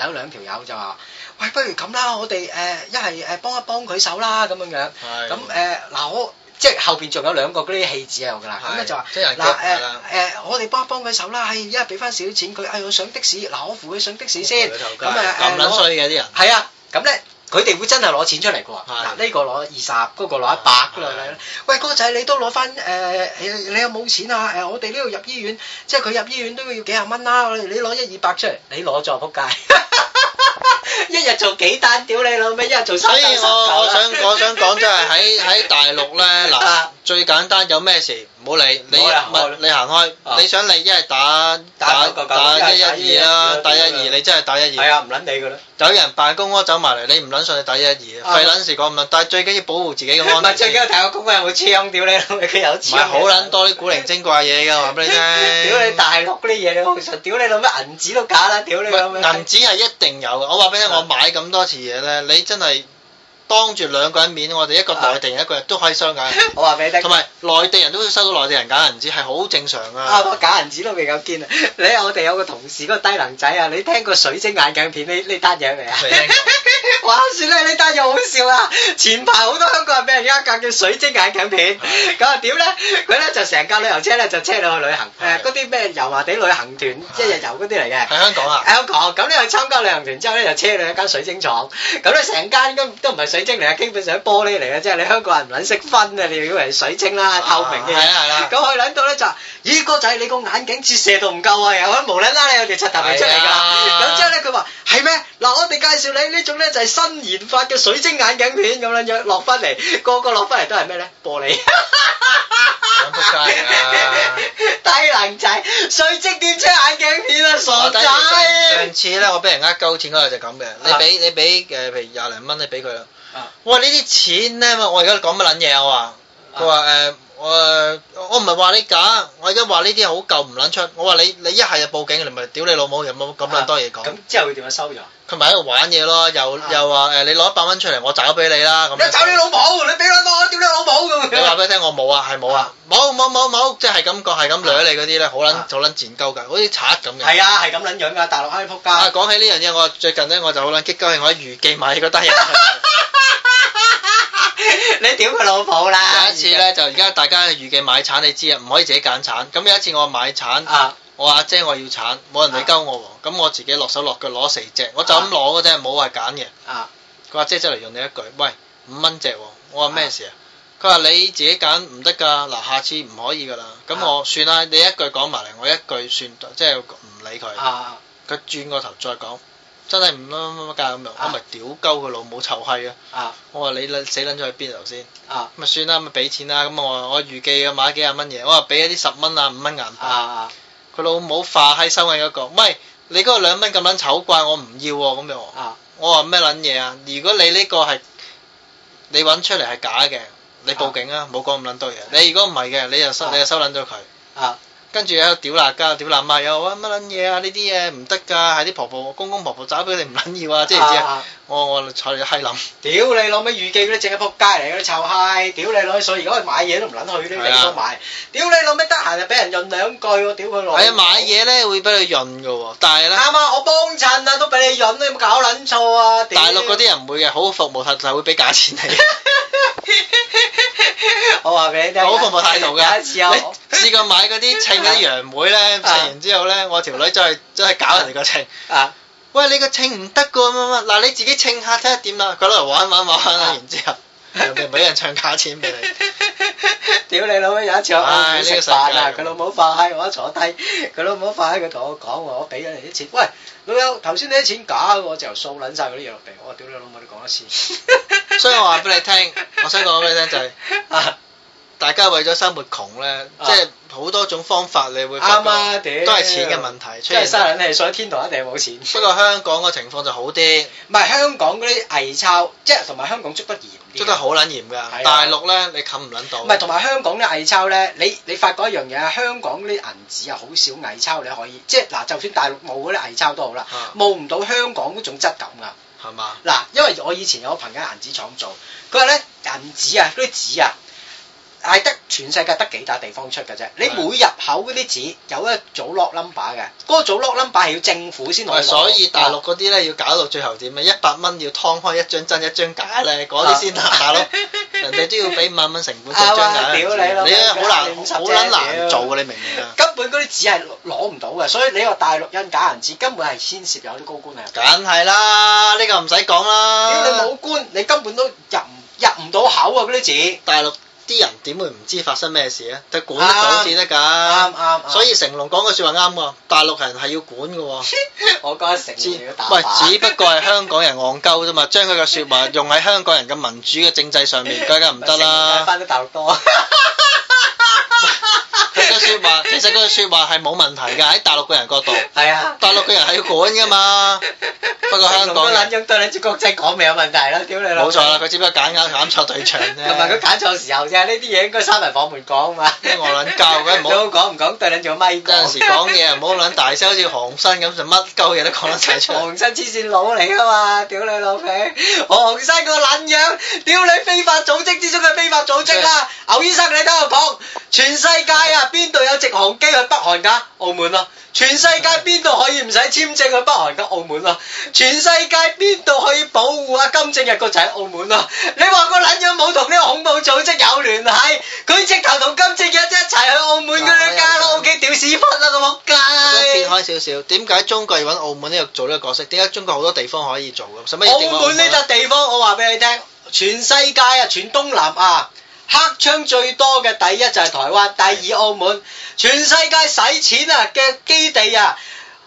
有兩條友就話：喂，不如咁啦，我哋誒一係誒幫一幫佢手啦，咁樣樣。係。咁誒嗱，我即係後邊仲有兩個嗰啲戲子喺度㗎啦。咁咧係就話即係嗱人腳誒㗎啦誒，我哋幫一幫佢手啦，係一係俾翻少少錢佢，哎我上的士，嗱我扶佢上的士先。佢頭咁家誒咁撚誒，衰嘅啲人。係啊，咁咧。佢哋會真係攞錢出嚟嘅喎。係嗱，呢個攞二十，嗰個攞一百嗰類咧。喂，哥仔，你都攞翻誒？你你有冇錢啊？誒，我哋呢度入醫院，即係佢入醫院都要幾廿蚊啦。你攞一二百出嚟，你攞咗仆 街。一日做幾單屌你老味，一日做三所以單三我我想嚿啦我想講就係喺喺大 陸咧嗱啊，最簡單有咩事唔好理，你唔好理行開咪你行開啊，你想理一係打打打九九九打一係打一一二啦，打一二你真係打一係二，啊，唔撚理佢啦。有人辦公嗰走埋嚟，你唔撚信你打一一啊二，費撚事講唔撚，但係最緊要保護自己嘅唔安係全最緊先。要睇個工人有冇槍屌你老味，佢有槍唔嘅。係好撚多啲古靈精怪嘢㗎，話俾你聽。屌你大陸嗰啲嘢，你好實屌你老味銀紙都假啦，屌你老唔味。係銀紙係一定有嘅，我話俾你聽，啊我買咁多次嘢咧，你真係當住兩個人面，我哋一個內地人一個人都可以 雙眼，我話俾你聽。同埋內地人都會收到內地人假銀紙，係好正常啊！噶。我假銀紙都未夠堅啊！ 你我哋有個同事嗰個低能仔啊，你聽過水晶眼鏡片呢呢單嘢未啊？未聽過。 話説咧，呢單嘢好笑啊！前排好多香港人俾人呃架叫水晶眼鏡片，咁啊點咧？佢咧就成架旅遊車咧就車你去旅行，誒係嗰啲咩油麻地旅行團一日遊嗰啲嚟嘅。喺香 港啊，香港咁你去參加旅行團之後咧，就車你去一間水晶廠，咁咧成間都都唔係水晶嚟嘅，基本上係玻璃嚟嘅，即係你香港人唔撚識分啊！你以為係水晶啦，透明嘅嘢係。啊啦係啦。咁佢諗到咧就話：咦，哥仔，你個眼鏡折射度唔夠啊！又可無啦啦，你有條柒頭皮出嚟㗎。係啊咁之後咧，佢話係咩？嗱，我哋介紹你呢種咧就係新研發嘅水晶眼鏡片咁樣樣落翻嚟，個個落翻嚟都係咩咧？玻璃。 咁仆街啊！低能仔，水晶點出眼鏡片啊，傻我等於上仔上！次咧，我俾人呃鳩錢嗰日就咁嘅，你啊俾你俾誒，譬如廿零蚊，你俾佢啦啊。我話呢啲錢咧，我而家講乜撚嘢啊？我話佢話誒，我呃我唔係話你假，我而家話呢啲好舊唔撚出。我話你你一係就報警，你咪屌你老母，有冇咁撚多嘢講？咁之後佢點樣啊收咗？佢咪喺度玩嘢咯，又啊又話呃誒，你攞一百蚊出嚟，我找俾你啦咁樣。你走你老母！你俾兩個我，屌你老母咁你話俾佢聽，我冇啊，係冇啊，冇冇冇冇，即係咁講，係咁掠你嗰啲咧，好撚啊好撚賤鳩㗎，好似賊咁嘅。係啊，係咁撚樣㗎，大陸閪仆街。啊，講起呢樣嘢，我最近咧我就好撚激鳩興，我喺預記買嗰單嘢。 你屌佢老母啦！有一次咧，就而家大家預記買橙，你知啊，唔可以自己揀橙。咁有一次我買橙，啊，我話阿姐我要橙，冇人理鳩我喎。咁我自己落手落腳攞四隻，我就咁攞嘅啫，冇話揀嘅。啊佢話姐走嚟用你一句，喂五蚊隻喎。我話咩事啊？佢話你自己揀唔得㗎，嗱下次唔可以㗎啦。咁我算啦，你一句講埋嚟，我一句算，即係唔理佢。啊！佢轉個頭再講，真係唔乜乜乜㗎咁樣，我咪屌鳩佢老母臭閪啊！啊我話你撚死撚咗去邊啊頭先？啊咁咪算啦，咁咪俾錢啦。咁我話我預計啊買幾廿蚊嘢，我話俾一啲十蚊啊五蚊銀幣。啊！佢老母化閪收緊嗰個，喂你嗰個兩蚊咁撚醜怪，我唔要喎咁樣喎。啊我話咩撚嘢啊？如果你呢個係你揾出嚟係假嘅，你報警啊，冇講咁撚多嘢。你如果唔係嘅，你就收啊你就收撚咗佢。啊！跟住喺度屌辣家，屌辣媽又話乜撚嘢啊？呢啲嘢唔得㗎，係啲婆婆公公婆婆找俾你唔撚 ờ, 要啊！知唔知啊？？我我睬你閪諗。屌你老味預記嗰啲正係仆街嚟嗰啲臭閪！屌你老味，所以而家去買嘢都唔撚去呢啲地方買。屌你老味，得閒就俾人潤兩句喎！屌佢老。係啊，買。嘢咧會俾你潤嘅喎，但係咧啱啊！我幫襯啊，都俾你潤，你有冇搞撚錯啊？大陸嗰啲人唔會嘅，好服務態度會俾價錢 你，我話俾你聽，好服務態度㗎。有一次啊，你試過買 嗰啲稱嗰啲楊梅咧，啊稱完之後咧，我條女再再搞人哋個稱，啊喂你個稱唔得㗎乜乜，嗱你自己稱下睇下點啦，佢攞嚟玩玩玩啊啦，然之後人哋俾人唱價錢俾 你。屌你老味！有一次我澳唉門呢食個世界飯啊，佢老母化閪，我一坐低，佢老母化閪，佢同我講話，我俾咗你啲錢，喂老友，頭先你啲錢假嘅，我就掃撚晒嗰啲嘢落地，我話屌你老母，你講一次。所以我話俾你聽，我想講俾你聽就係、啊大家為咗生活窮咧，啊即係好多種方法，你會發啱啊，覺屌，都係錢嘅問題出真係現。嘥撚氣，所以天堂一定係冇錢。不過香港個情況就好啲，唔係香港嗰啲偽鈔，即係同埋香港捉得嚴啲。捉得好撚嚴啊㗎。大陸咧你冚唔撚到。唔係，同埋香港啲偽鈔咧，你你發覺一樣嘢啊，香港啲銀紙啊，好少偽鈔你可以，即係嗱，就算大陸冇嗰啲偽鈔都好啦啊，冇唔到香港嗰種質感噶。係嘛？嗱，因為我以前有個朋友喺銀紙廠做，佢話咧銀紙啊，嗰啲紙啊，誒、係得全世界得幾笪地方出嘅啫。你每入口嗰啲紙有一組 lock number 嘅，嗰、個組 lock number 係要政府先可喂以攞。所以大陸嗰啲咧要搞到最後點啊？一百蚊要劏開一張真一張假咧，嗰啲先得，啊 大佬。人哋都要俾五萬蚊成本做張啱啊啊假，屌你老母你好難五十好啫撚難屌做啊！你明唔明啊？根本嗰啲紙係攞唔到嘅，所以你話大陸印假銀紙根本係牽涉有啲高官喺入邊。梗係啦，呢個唔使講屌你啦。冇官，你根本都入唔入唔到口啊！嗰啲紙大陸啲人點會唔知發生咩事啊？佢管得到先得㗎。啱啱啱。 所以成龍講句説話啱喎，大陸人係要管嘅喎。我覺得成只年要打喂，只不過係 香港人戇鳩啫嘛，將佢嘅説話用喺香港人嘅民主嘅政制 上面，梗係唔得啦。翻得大陸多。佢嘅説話，其實佢嘅説話係冇問題㗎，喺大陸嘅人角度，係啊，大陸嘅人係要管 㗎嘛。不過香港都撚人樣對你住國際講咪有問題啦，屌你老母冇錯啦，佢只不過揀啱揀錯對象啫。同埋佢揀錯時候啫，呢啲嘢應該閂埋房門講嘛。咩我撚教 嘅唔好你講唔講對撚做咪有陣時講嘢唔好撚大聲，好似韓生咁就乜 鳩嘢都講得晒出嚟。黃生黐線佬嚟噶嘛，屌你老味！黃生個撚樣，屌你非法組織之中嘅非法組織啦！牛醫生你聽我講，全世界啊邊度有直航機去北韓㗎？澳門咯、全世界邊度可以唔使簽證去北韓㗎？澳門咯、全世界邊度可以保護啊金正日個仔？澳門咯、你話個撚樣冇同呢個恐怖組織有聯繫，佢直頭同金正日一齊去澳門嗰啲家啦 OK 屌屎忽啦個仆想撇街！開少少，點解中國要揾澳門呢度做呢個角色？點解中國好多地方可以做咁？使乜一定要澳門呢啊笪地方，我話俾你聽，全世界啊，全東南亞黑槍最多嘅第一就係台灣，第二澳門，全世界使錢啊嘅基地啊。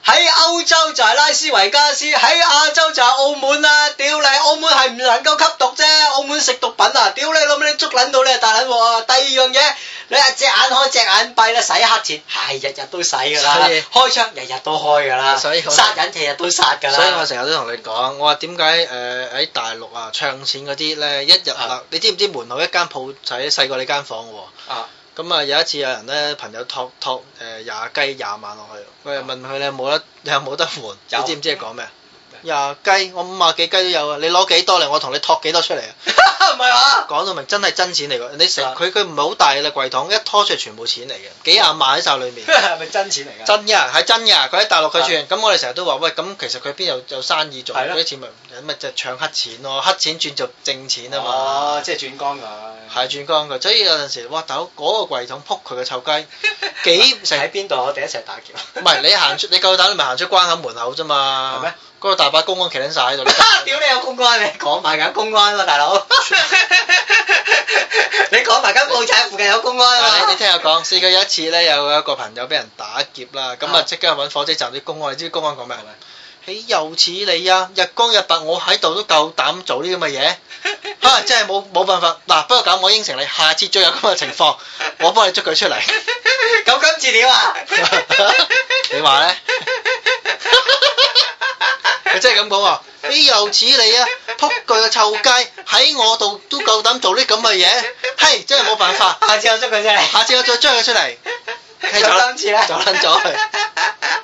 喺歐洲就係拉斯維加斯，喺亞洲就係澳門啊！屌你，澳門係唔能夠吸毒啫，澳門食毒品啊！屌你老母，你捉撚到你係大撚鑊啊！第二樣嘢，你係隻眼開隻眼閉啦，洗黑錢係日日都洗㗎啦所以，開槍日日都開㗎啦，所以我殺人日日都殺㗎啦。所以 我成日都同你講，我話點解誒喺大陸啊唱錢嗰啲咧，一日啊啊，你知唔知門口一間鋪仔細過你間房嘅喎？啊咁啊有一次有人咧朋友托托誒廿雞廿萬落去，我又問佢你有冇得 你有冇得換？啊有你知唔知佢講咩啊？廿雞，我五啊幾雞都有啊！你攞幾多嚟？我同你托幾多出嚟啊！唔係話講到明真係真錢嚟㗎，你成啊佢佢唔係好大嘅啦櫃桶，一拖出嚟全部錢嚟嘅，幾廿萬喺手裏面。係咪真錢嚟㗎？啊真嘅，係真嘅，佢喺大陸佢轉，咁我哋成日都話喂，咁其實佢邊有有生意做，係嗰咯啲錢咪咪就唱黑錢咯，黑錢轉做正錢啊哦嘛，，即係轉光佢。係轉光佢，所以有陣時哇大佬嗰個櫃桶撲佢個臭 雞，幾成喺邊度？我哋一齊打劫。唔係你行出你夠膽你咪行出關口門口啫嘛，係咩？嗰個大把公安企撚晒喺度，你 屌你有公安，你講埋間公安喎，大佬。 你講埋間鋪仔附近有公安但係啊你嘛？聽我講，試過有一次咧，有一個朋友俾人打劫啦，咁啊啊即刻揾火車站啲公安，你知唔知公安講咩啊係咪？豈有此理啊！日光日白，我喺度都夠膽做呢啲咁嘅嘢。啊，真係冇冇辦法。嗱，不過咁，我應承你，下次再有咁嘅情況，我幫你捉佢出嚟。 咁今次點啊？你話咧？ 佢真係咁講喎，豈有此理啊！撲佢個臭雞，喺我度都夠膽做呢咁嘅嘢，嘿，真係冇辦法。下次我捉佢出嚟。下次我再捉佢出嚟。係走啦咁今次咧？走撚咗佢。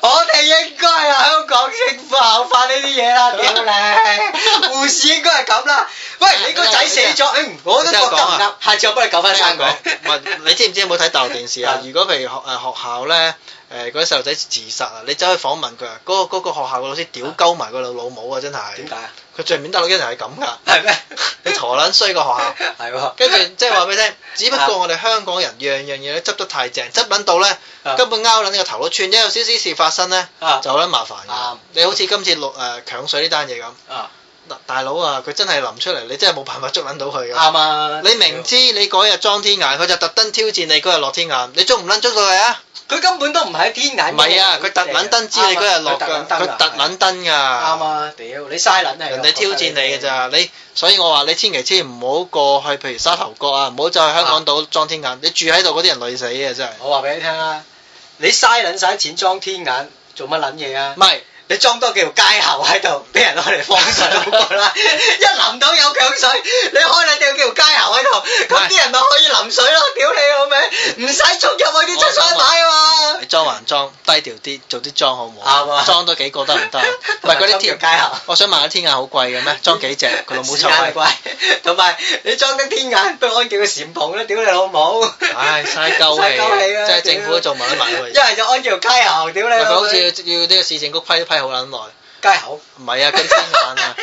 我哋應該啊，香港政府效法呢啲嘢啦，屌你！護士應該係咁啦。喂，你個仔死咗，嗯，我都覺得唔啱。下次我幫你救翻生聽佢 講。，唔啊係你知唔知有冇睇大陸電視啊啊？如果譬如學誒學校咧，誒嗰啲細路仔自殺啊，你走去訪問佢啊，嗰、個嗰個學校嘅老師屌鳩埋個老母啊，真係。點解啊？佢最面大陸一人係咁 㗎，係咩？你陀撚衰個學校。係喎。跟住即係話俾你聽，只不過我哋香港人樣樣嘢都執得太正，執撚到咧啊根本拗撚呢個頭都串，一有少少事發生咧啊就好撚麻煩㗎啱。你好似今次六誒強水呢單嘢咁，啊，嗱大佬啊，佢真係臨出嚟，你真係冇辦法捉撚到佢㗎。啱啊！你明知你嗰日裝天眼，佢就特登挑戰你嗰日落天眼，你捉唔撚捉到佢啊？佢根本都唔係天眼。唔係啊，佢特撚登知你嗰日落㗎，佢特撚登㗎。啊啱啊！屌你啊嘥撚係。人哋挑戰你嘅。咋，你所以我話你千祈千唔好過去，譬如沙頭角啊，唔好走去香港島裝天眼，你住喺度嗰啲人累死嘅真係。我話俾你聽啊，你嘥撚晒錢裝天眼，做乜撚嘢啊唔？係，你裝多幾條街喉喺度，俾人攞嚟放水好過 啦！一淋到有強水，你開你條條街喉喺度，咁啲人咪可以淋水咯！屌你老味，唔使捉入去啲出水買啊嘛！你裝埋難裝，低調啲，做啲裝好唔好？啱啊裝多幾個得唔得？唔同 埋係嗰啲裝天條街啊我想問下天眼好貴嘅咩？裝幾隻？ 佢老母臭時間係！閪貴，同埋你裝得天眼，不如安叫佢蟬蓬啦，屌你老母！唉嘥鳩氣嘥鳩氣啊真係政府都做埋啲埋佢一係就安叫街牛，屌你咪佢老好母！似要要呢個市政局批都批好撚耐，唔街口，係啊，跟天 眼啊！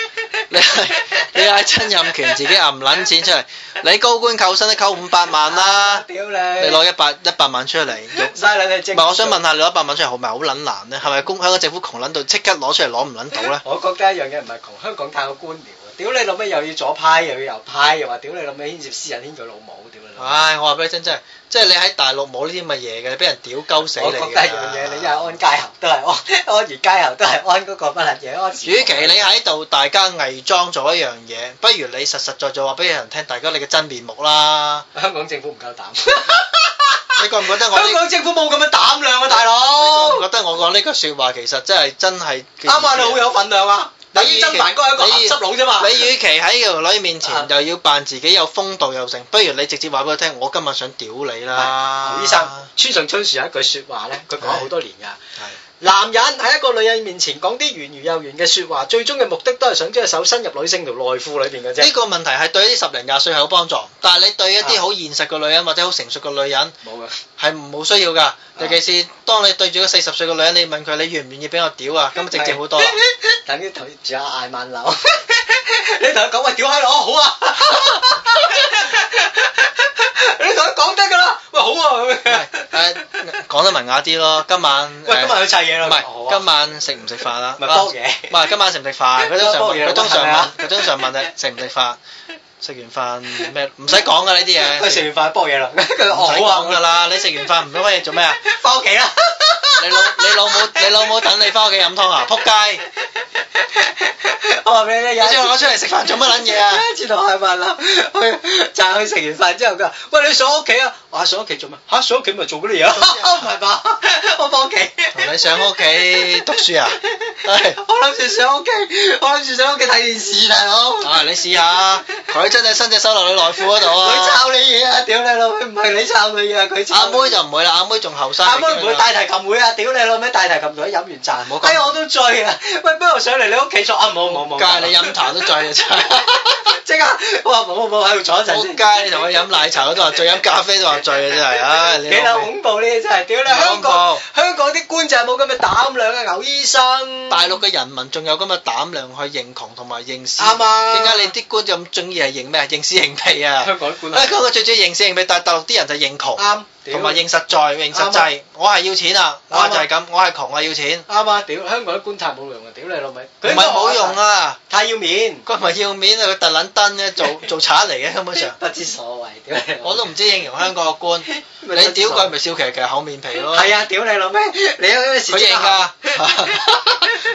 你係你嗌親任權自己揞撚錢出嚟，你高官扣薪都扣五百萬啦，屌你！你攞一百一百萬出嚟，用嘥兩隻唔精。係我想問下你攞一百萬出嚟，係咪好撚難咧？係咪公香港政府窮撚到即刻攞出嚟攞唔撚到 咧？我覺得一樣嘢唔係窮，香港太過官僚啊！屌你老味，又要左派，又要右派，又話屌你老味牽涉私隱，牽佢老母，屌你老母！唉，我話俾你聽真係，即係你喺大陸冇呢啲咁嘅嘢嘅，你俾人屌鳩死你我覺得一樣嘢，你一係安街喉都係安，安完街喉都係安嗰個乜撚嘢，安蟬與其蓬你喺度大家偽裝做一樣嘢，不如你實實在在話俾人聽，大家你嘅真面目啦。香港政府唔夠膽。 你覺唔覺得我呢香港政府冇咁嘅膽量啊，大你覺唔佬！覺得我講呢句説話其實真係真係啱啊，你好有份量啊！你與於曾凡哥係一個鹹濕佬啫嘛。你與其喺條女面前啊又要扮自己有風度又成，不如你直接話俾佢聽，我今日想屌你啦。啊劉醫生，村上春樹有一句説話咧，佢講咗好多年㗎。係。男人喺一個女人面前講啲圓如又圓嘅説話，最終嘅目的都係想將隻手伸入女性條內褲裏邊嘅呢啫。個問題係對啲十零廿歲係有幫助，但係你對一啲啊好現實嘅女人或者好成熟嘅女人冇啊！係冇需要㗎。尤其是當你對住個四十歲嘅女人，你問佢你願唔願意俾我屌啊，咁直接好多啦。 等啲同啊住阿艾曼樓， 你同佢講喂屌閪佬好啊， 你同佢講得㗎啦，喂好啊咁樣係誒講得文雅啲咯，今晚 喂，今日誒去砌嘢啦，唔好係啊今晚食唔食飯啊？咪煲嘢 唔係今晚食唔食飯？佢通常煲嘢佢通係常咪問啊佢通常問你食唔食飯？食完飯咩？唔使講㗎呢啲嘢。喂食完飯煲嘢啦，佢唔使哦好講㗎啊，啦，你食完飯唔通嘢 做咩啊？翻屋企啦。你老你老母你老母等你翻屋企飲湯啊！仆街！我話俾你聽，你有一次將我出嚟食飯做乜撚嘢 啊？有一次同艾曼樓去就係去食完飯之後，佢話：喂，你上屋企啊？我話上屋企做咩？嚇上屋企咪做嗰啲嘢咯？ 唔係吧？我翻屋企。同你上屋企讀書啊？係我諗住上屋企，我諗住上屋企睇電視，大佬。啊！你試下，佢真係伸隻手落你內褲嗰度佢啊！抄你嘢啊！屌你老味，唔係你抄佢嘢啊，佢抄阿你妹就唔會啦，阿妹仲後生。阿妹唔會大提琴會啊！屌你老味，大提琴隊飲完茶，唔好講哎呀，我都醉啊！喂，不如上嚟你屋企坐啊！冇冇冇，街你飲茶 都醉啊！真係。即刻我話冇冇喺度坐一陣仆先。街！你同佢飲奶茶都話醉，飲咖啡都話醉啊！真係，唉！你幾老撚味恐怖呢啲真係，屌你唔恐香港怖香港啲官就係冇咁嘅膽量啊！牛醫生，大陸嘅人民仲有咁嘅膽量去認窮同埋認屎，啱啊點解你啲官咁中意係認咩啊？認屎認屁啊！香港啲官啊香港嘅最中意認屎認屁，但係大陸啲人就認窮，啱，屌同埋認實在、認實啱際。我係要錢啊！啱啊我就係咁，我係窮啊，要錢。啱啊！屌香港啲官太冇用啊！屌你老味，唔係冇用，à. 啊！太要面，佢唔係要面啊！佢特撚登咧 做做賊嚟嘅根本上，不知所謂，屌你老味，我都唔知形容香港個官。 咪真你屌佢咪笑騎騎厚面皮咯？係啊！屌你老味，你有咩事佢認㗎，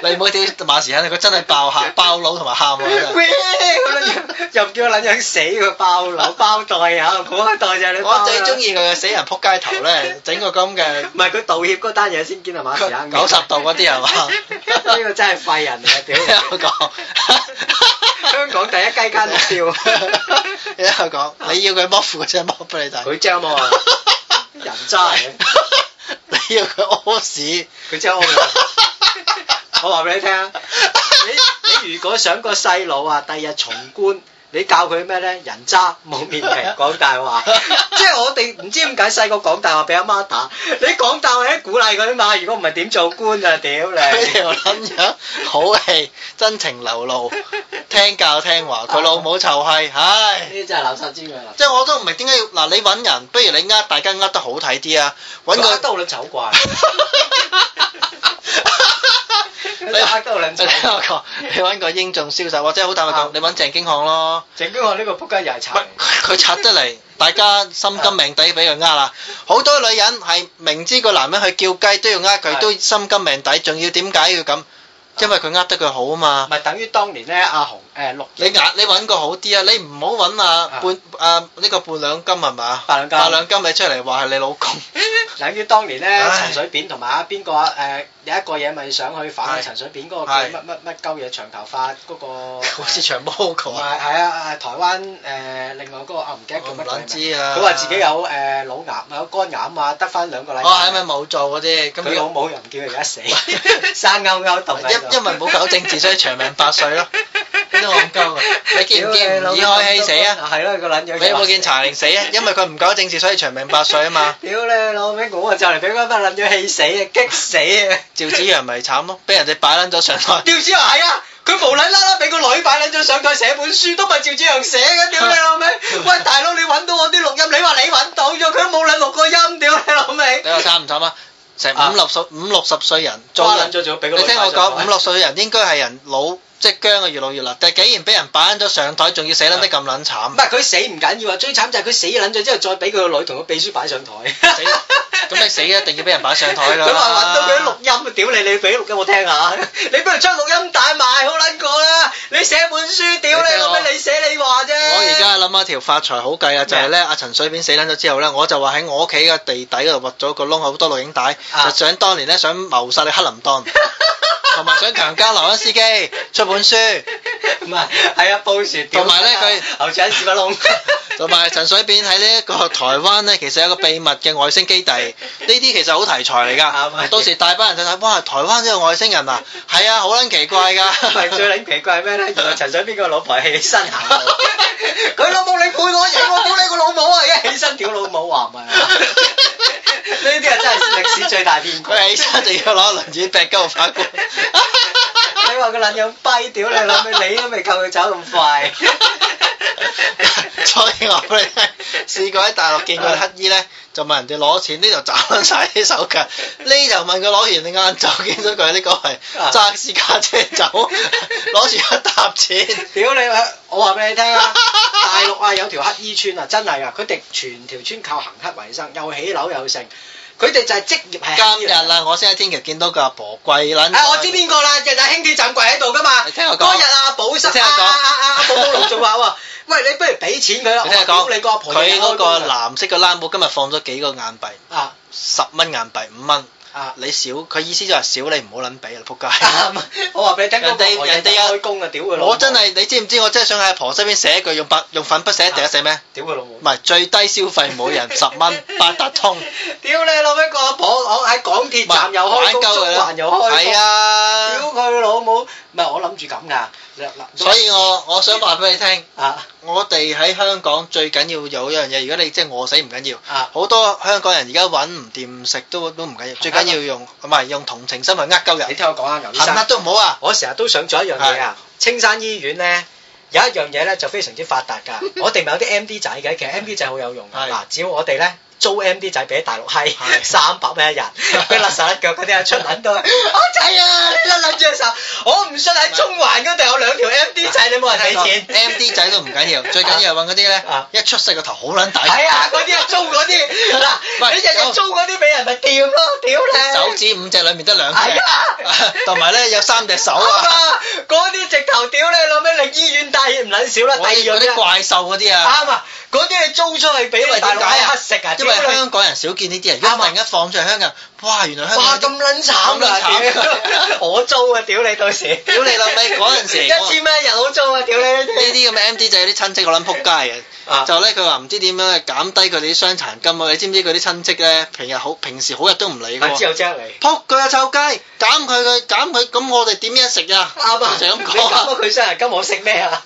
你唔好屌馬時亨，佢真係爆喊、爆腦同埋喊啊！ 真係喂咁樣又唔叫撚樣死佢爆 樓包袋啊！嗰個袋就係你我包最中意，意佢嘅死人撲街頭咧，整個咁嘅唔係佢道歉嗰單嘢先見係馬時亨九十度嗰啲係嘛？ 呢個真係廢人嚟啊！屌， 有講，香港第一雞奸笑， 有講，你要佢剝褲真係剝俾你睇。佢精 啊，人渣嚟，你要佢屙屎，佢精啊！ 我話俾你聽啊，你你如果想個細佬啊，第日從官。你教佢咩咧？人渣冇面皮，講大 話，即係我哋唔知點解細個講大話俾阿媽打，你講大話係鼓勵佢嘛？如果唔係點做官啊？ 屌你！佢條撚樣好戲，真情流露，聽教聽話，佢老母臭閪，唉！啊呢啲真係垃圾之啊外啦，即係我都唔明點解要嗱，你揾人，不如你呃大家呃得好睇啲啊，揾揾個個兜撚醜 怪，你你呃兜撚 你聽醜，我講，你揾個啊英俊瀟灑，或者好坦白講啱，你揾鄭經翰咯。整經我呢個仆街又啊係唔係慘。佢佢拆得嚟，大家心甘命抵俾佢呃啊啦。好多女人係明知個男人去叫雞都要呃佢，係都心甘命抵，仲要點解要咁？因為佢呃得佢好啊嘛。咪等於當年咧，阿紅誒六你呃你揾個好啲啊！你唔好揾啊啊半啊呢個半兩金係啊嘛？八兩金 八兩金你出嚟話係你老公，等於當年咧，唉陳水扁同埋阿邊個誒有一個嘢咪想去反陳水扁嗰個叫係乜乜乜鳩嘢長頭髮嗰個， 好似長毛同嗰個啊，埋係啊啊台灣誒、呃另外嗰、個啊唔記得叫我乜唔鬼撚名，知啊。佢話自己有誒、呃腦癌有肝癌啊，得翻兩個禮拜。哦，係咪冇做嗰啲？咁佢老要母又唔叫佢而 家死，生勾勾動喺度因因為冇搞政治，所以長命百歲 咯。呢個戇鳩啊！你見唔見屌吳你以老母開希死啊？？係咯，個撚樣。你有冇見？查寧死啊？因為佢唔搞政治，所以長命百歲啊嘛。屌你老味，我啊就嚟俾嗰班撚樣氣死啊，激死啊！趙子陽咪慘咯，俾人哋擺撚咗上台。趙子陽係啊，佢無撚啦啦俾個女擺撚咗上台寫本書，都唔係趙子陽寫嘅，屌你老味！喂，大佬你揾到我啲錄音，你話你揾到咗，佢都冇撚錄過音，屌你老味！你話慘唔慘 啊？成啊五六十五六十歲人做人，咗，仲要俾你聽我講，五六歲人應該係人老，即係姜嘅越老越辣，但係竟然俾人擺撚咗上台，仲要死撚得咁撚唔慘。係佢死唔緊要啊，最慘就係佢死撚咗之後，再俾佢個女同個秘書擺上台。死咁你死啊一定要俾人擺上台㗎啦 佢話揾到佢啲錄音啊！屌你，你俾錄音我聽下。你不如將錄音帶賣好撚過啦！你寫本書，屌你你聽老我味，你寫你話啫。我而家諗下條發財好計啊，就係咧阿陳水扁死撚咗之後咧，我就話喺我屋企嘅地底嗰度掘咗個窿，好多錄影帶，啊就想當年咧想謀殺你克林 頓，同埋想強姦羅恩斯基，出本書， 唔係係啊，報船。同埋呢佢牛腸屎不 窿。 同埋陳水扁喺呢一個台灣咧，其實有一個秘密嘅外星基 地，呢啲其實好題材嚟啱啊㗎。到時大班人就睇，哇！台灣都有外星人啊，係啊，好撚奇怪唔係最㗎。撚奇怪係咩咧？原來陳水邊個老婆係起身行 路，佢老母你配我型，我屌你個老母啊！而家起身屌老母話唔係啊呢啲啊真係歷史最大騙局。佢起身就要攞輪子劈鳩 個法官。你話個撚樣跛，屌你老味，你都未夠佢走咁 快。所以我哋試過喺大陸見過乞衣咧，就問人哋攞錢，呢度斬撚晒啲手腳，呢頭問佢攞完，你晏晝見到佢呢個係啊揸私家 車 走，攞住一沓錢，屌你啊！我話俾你聽啊，大陸啊有條乞衣村啊，真係啊，佢哋全條村靠行乞為生，又起樓又剩，佢哋就係職業係乞今衣日嚟。啊，我先喺天橋見到個阿婆跪撚。啊！我知邊個啦，日日輕鐵站跪喺度噶嘛。你聽我講嗰日啊，寶叔你啊聽我講啊啊啊，寶寶龍仲話 喎，喂，你不如俾錢佢啦。你聽我我話屌你個阿講，婆日佢日開嗰工個啊藍色嘅冷帽今日放咗幾個硬幣，啊十蚊硬幣五蚊， 啊！你少，佢意思就係少你唔好撚俾啦，仆街。啱啊我話俾你聽，人哋嗰個阿婆日日人哋啊開工啊，屌佢老母！我真係，你知唔知我真係想喺阿婆身邊寫一句用筆用粉筆寫一寫咩？屌佢老母唔！係最低消費每人十 蚊，八達通，唔屌你老味個阿婆，我喺港鐵站又開工，中環又開工，係屌啊，佢老母！唔係我諗住咁噶，所以我我想話俾你聽，啊我哋喺香港最緊要有一樣嘢，如果你即係餓死唔緊要，啊好多香港人而家揾唔掂食都都唔緊要，最緊要用唔係用同情心去呃鳩你人，聽我講啊，牛醫行生呃。都唔好啊！我成日都想做一樣嘢啊！青山醫院咧有一樣嘢咧就非常之發達 㗎，我哋咪有啲 M D 仔嘅，其實 M D 仔好有用㗎。係嗱，只要我哋咧租 M D 仔俾大陸閪 係三百 蚊一日，俾甩手甩腳嗰啲啊出撚到，我仔啊，你甩撚住隻手，我唔信喺中環嗰度有兩條 M D 仔，你冇人俾錢。 M D 仔都唔緊 要，最緊要係揾嗰啲咧啊，一出世個頭好撚大，係啊，嗰啲啊租嗰啲，嗱唔係你日日有租嗰啲俾人咪掂咯，屌你！手指五隻裡面得兩係隻啊， 同埋咧有三隻手 啊！啊！嗰啲直頭屌你老味，你醫院帶唔撚少啦，我哋第嗰二樣啲啫。怪獸嗰啲啊，啱啊！嗰啲你租出去俾因為大點陸解閪啊乞食啊，因為屌你香港人少見呢啲人，如啱啊果突然間放出嚟香港人，哇！原來香哇港咁撚慘咁撚㗎，慘啊屌！我租啊，屌你到時！屌你老味嗰陣時一千蚊一日好租啊，屌你！呢啲咁嘅 M D 仔啲親戚我撚撲街啊嘅，就咧佢話唔知點樣減低佢哋啲傷殘金啊！你知唔知佢啲親戚咧平日好平時好日都唔理啊嘅之喎。後即刻嚟。撲佢啊！臭雞，減佢佢減佢，咁我哋點樣食啊？啱啊！就係咁你搞講到。佢傷人金，我食咩 啊？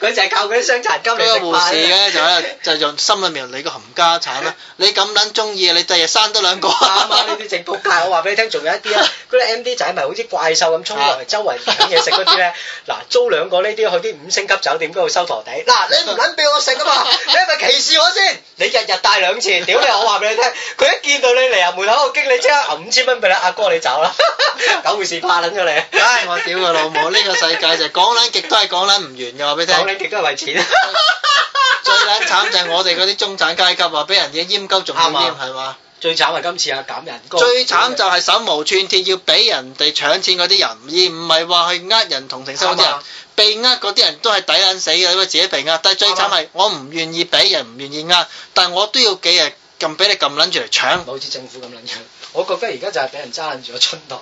佢就係靠佢啲傷殘金嚟嗰個食護士飯啊咧就喺度就用心裏面你個冚家產啦！你咁撚中意，你第日生多兩個啊啱啊！呢啲正仆街，我話俾你聽，仲有一啲 咧，嗰啲 M D 仔咪好似怪獸咁衝落嚟，周圍揾嘢食嗰啲咧， 嗱租兩個呢啲去啲五星級酒店嗰度收陀地，嗱你唔 撚俾我食啊嘛，你係咪歧視我先？你日日帶兩次，屌你！我話俾你聽，佢一見到你嚟入門口個經理即刻揞五千蚊俾你，阿哥你走啦， 狗護士怕撚咗你，唉，我屌佢老母！呢個世界就係講撚極都係講撚唔完嘅，話俾你聽講。你極都係為 錢。最撚慘就係我哋嗰啲中產階級話俾人哋閹鳩仲要啱啊閹係嘛？最慘係今次啊減人工，最慘就係手無寸鐵要俾人哋搶錢嗰啲人，而唔係話去呃人同情心嗰啲啱人啊。被呃嗰啲人都係抵啊撚死嘅，因為自己被呃。但係最慘係我唔願意俾人，唔願意呃，但係我都要幾日撳俾你撳撚住嚟搶。好似政府咁撚樣。我覺得而家就係俾人揸撚住個春袋，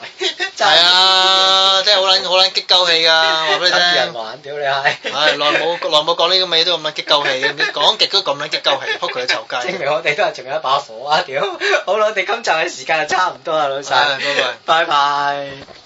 揸 係啊，真係好撚好撚激鳩氣㗎，話俾你等住人聽。玩，屌你係。唉，耐冇耐冇講呢啲咁嘅嘢都咁撚激鳩氣，你講極都咁撚激鳩氣，撲佢嘅 臭證街。明我哋都係仲有一把火啊！屌，好啦，我哋今集嘅時間就差唔多啦，老細唉，拜拜拜。拜。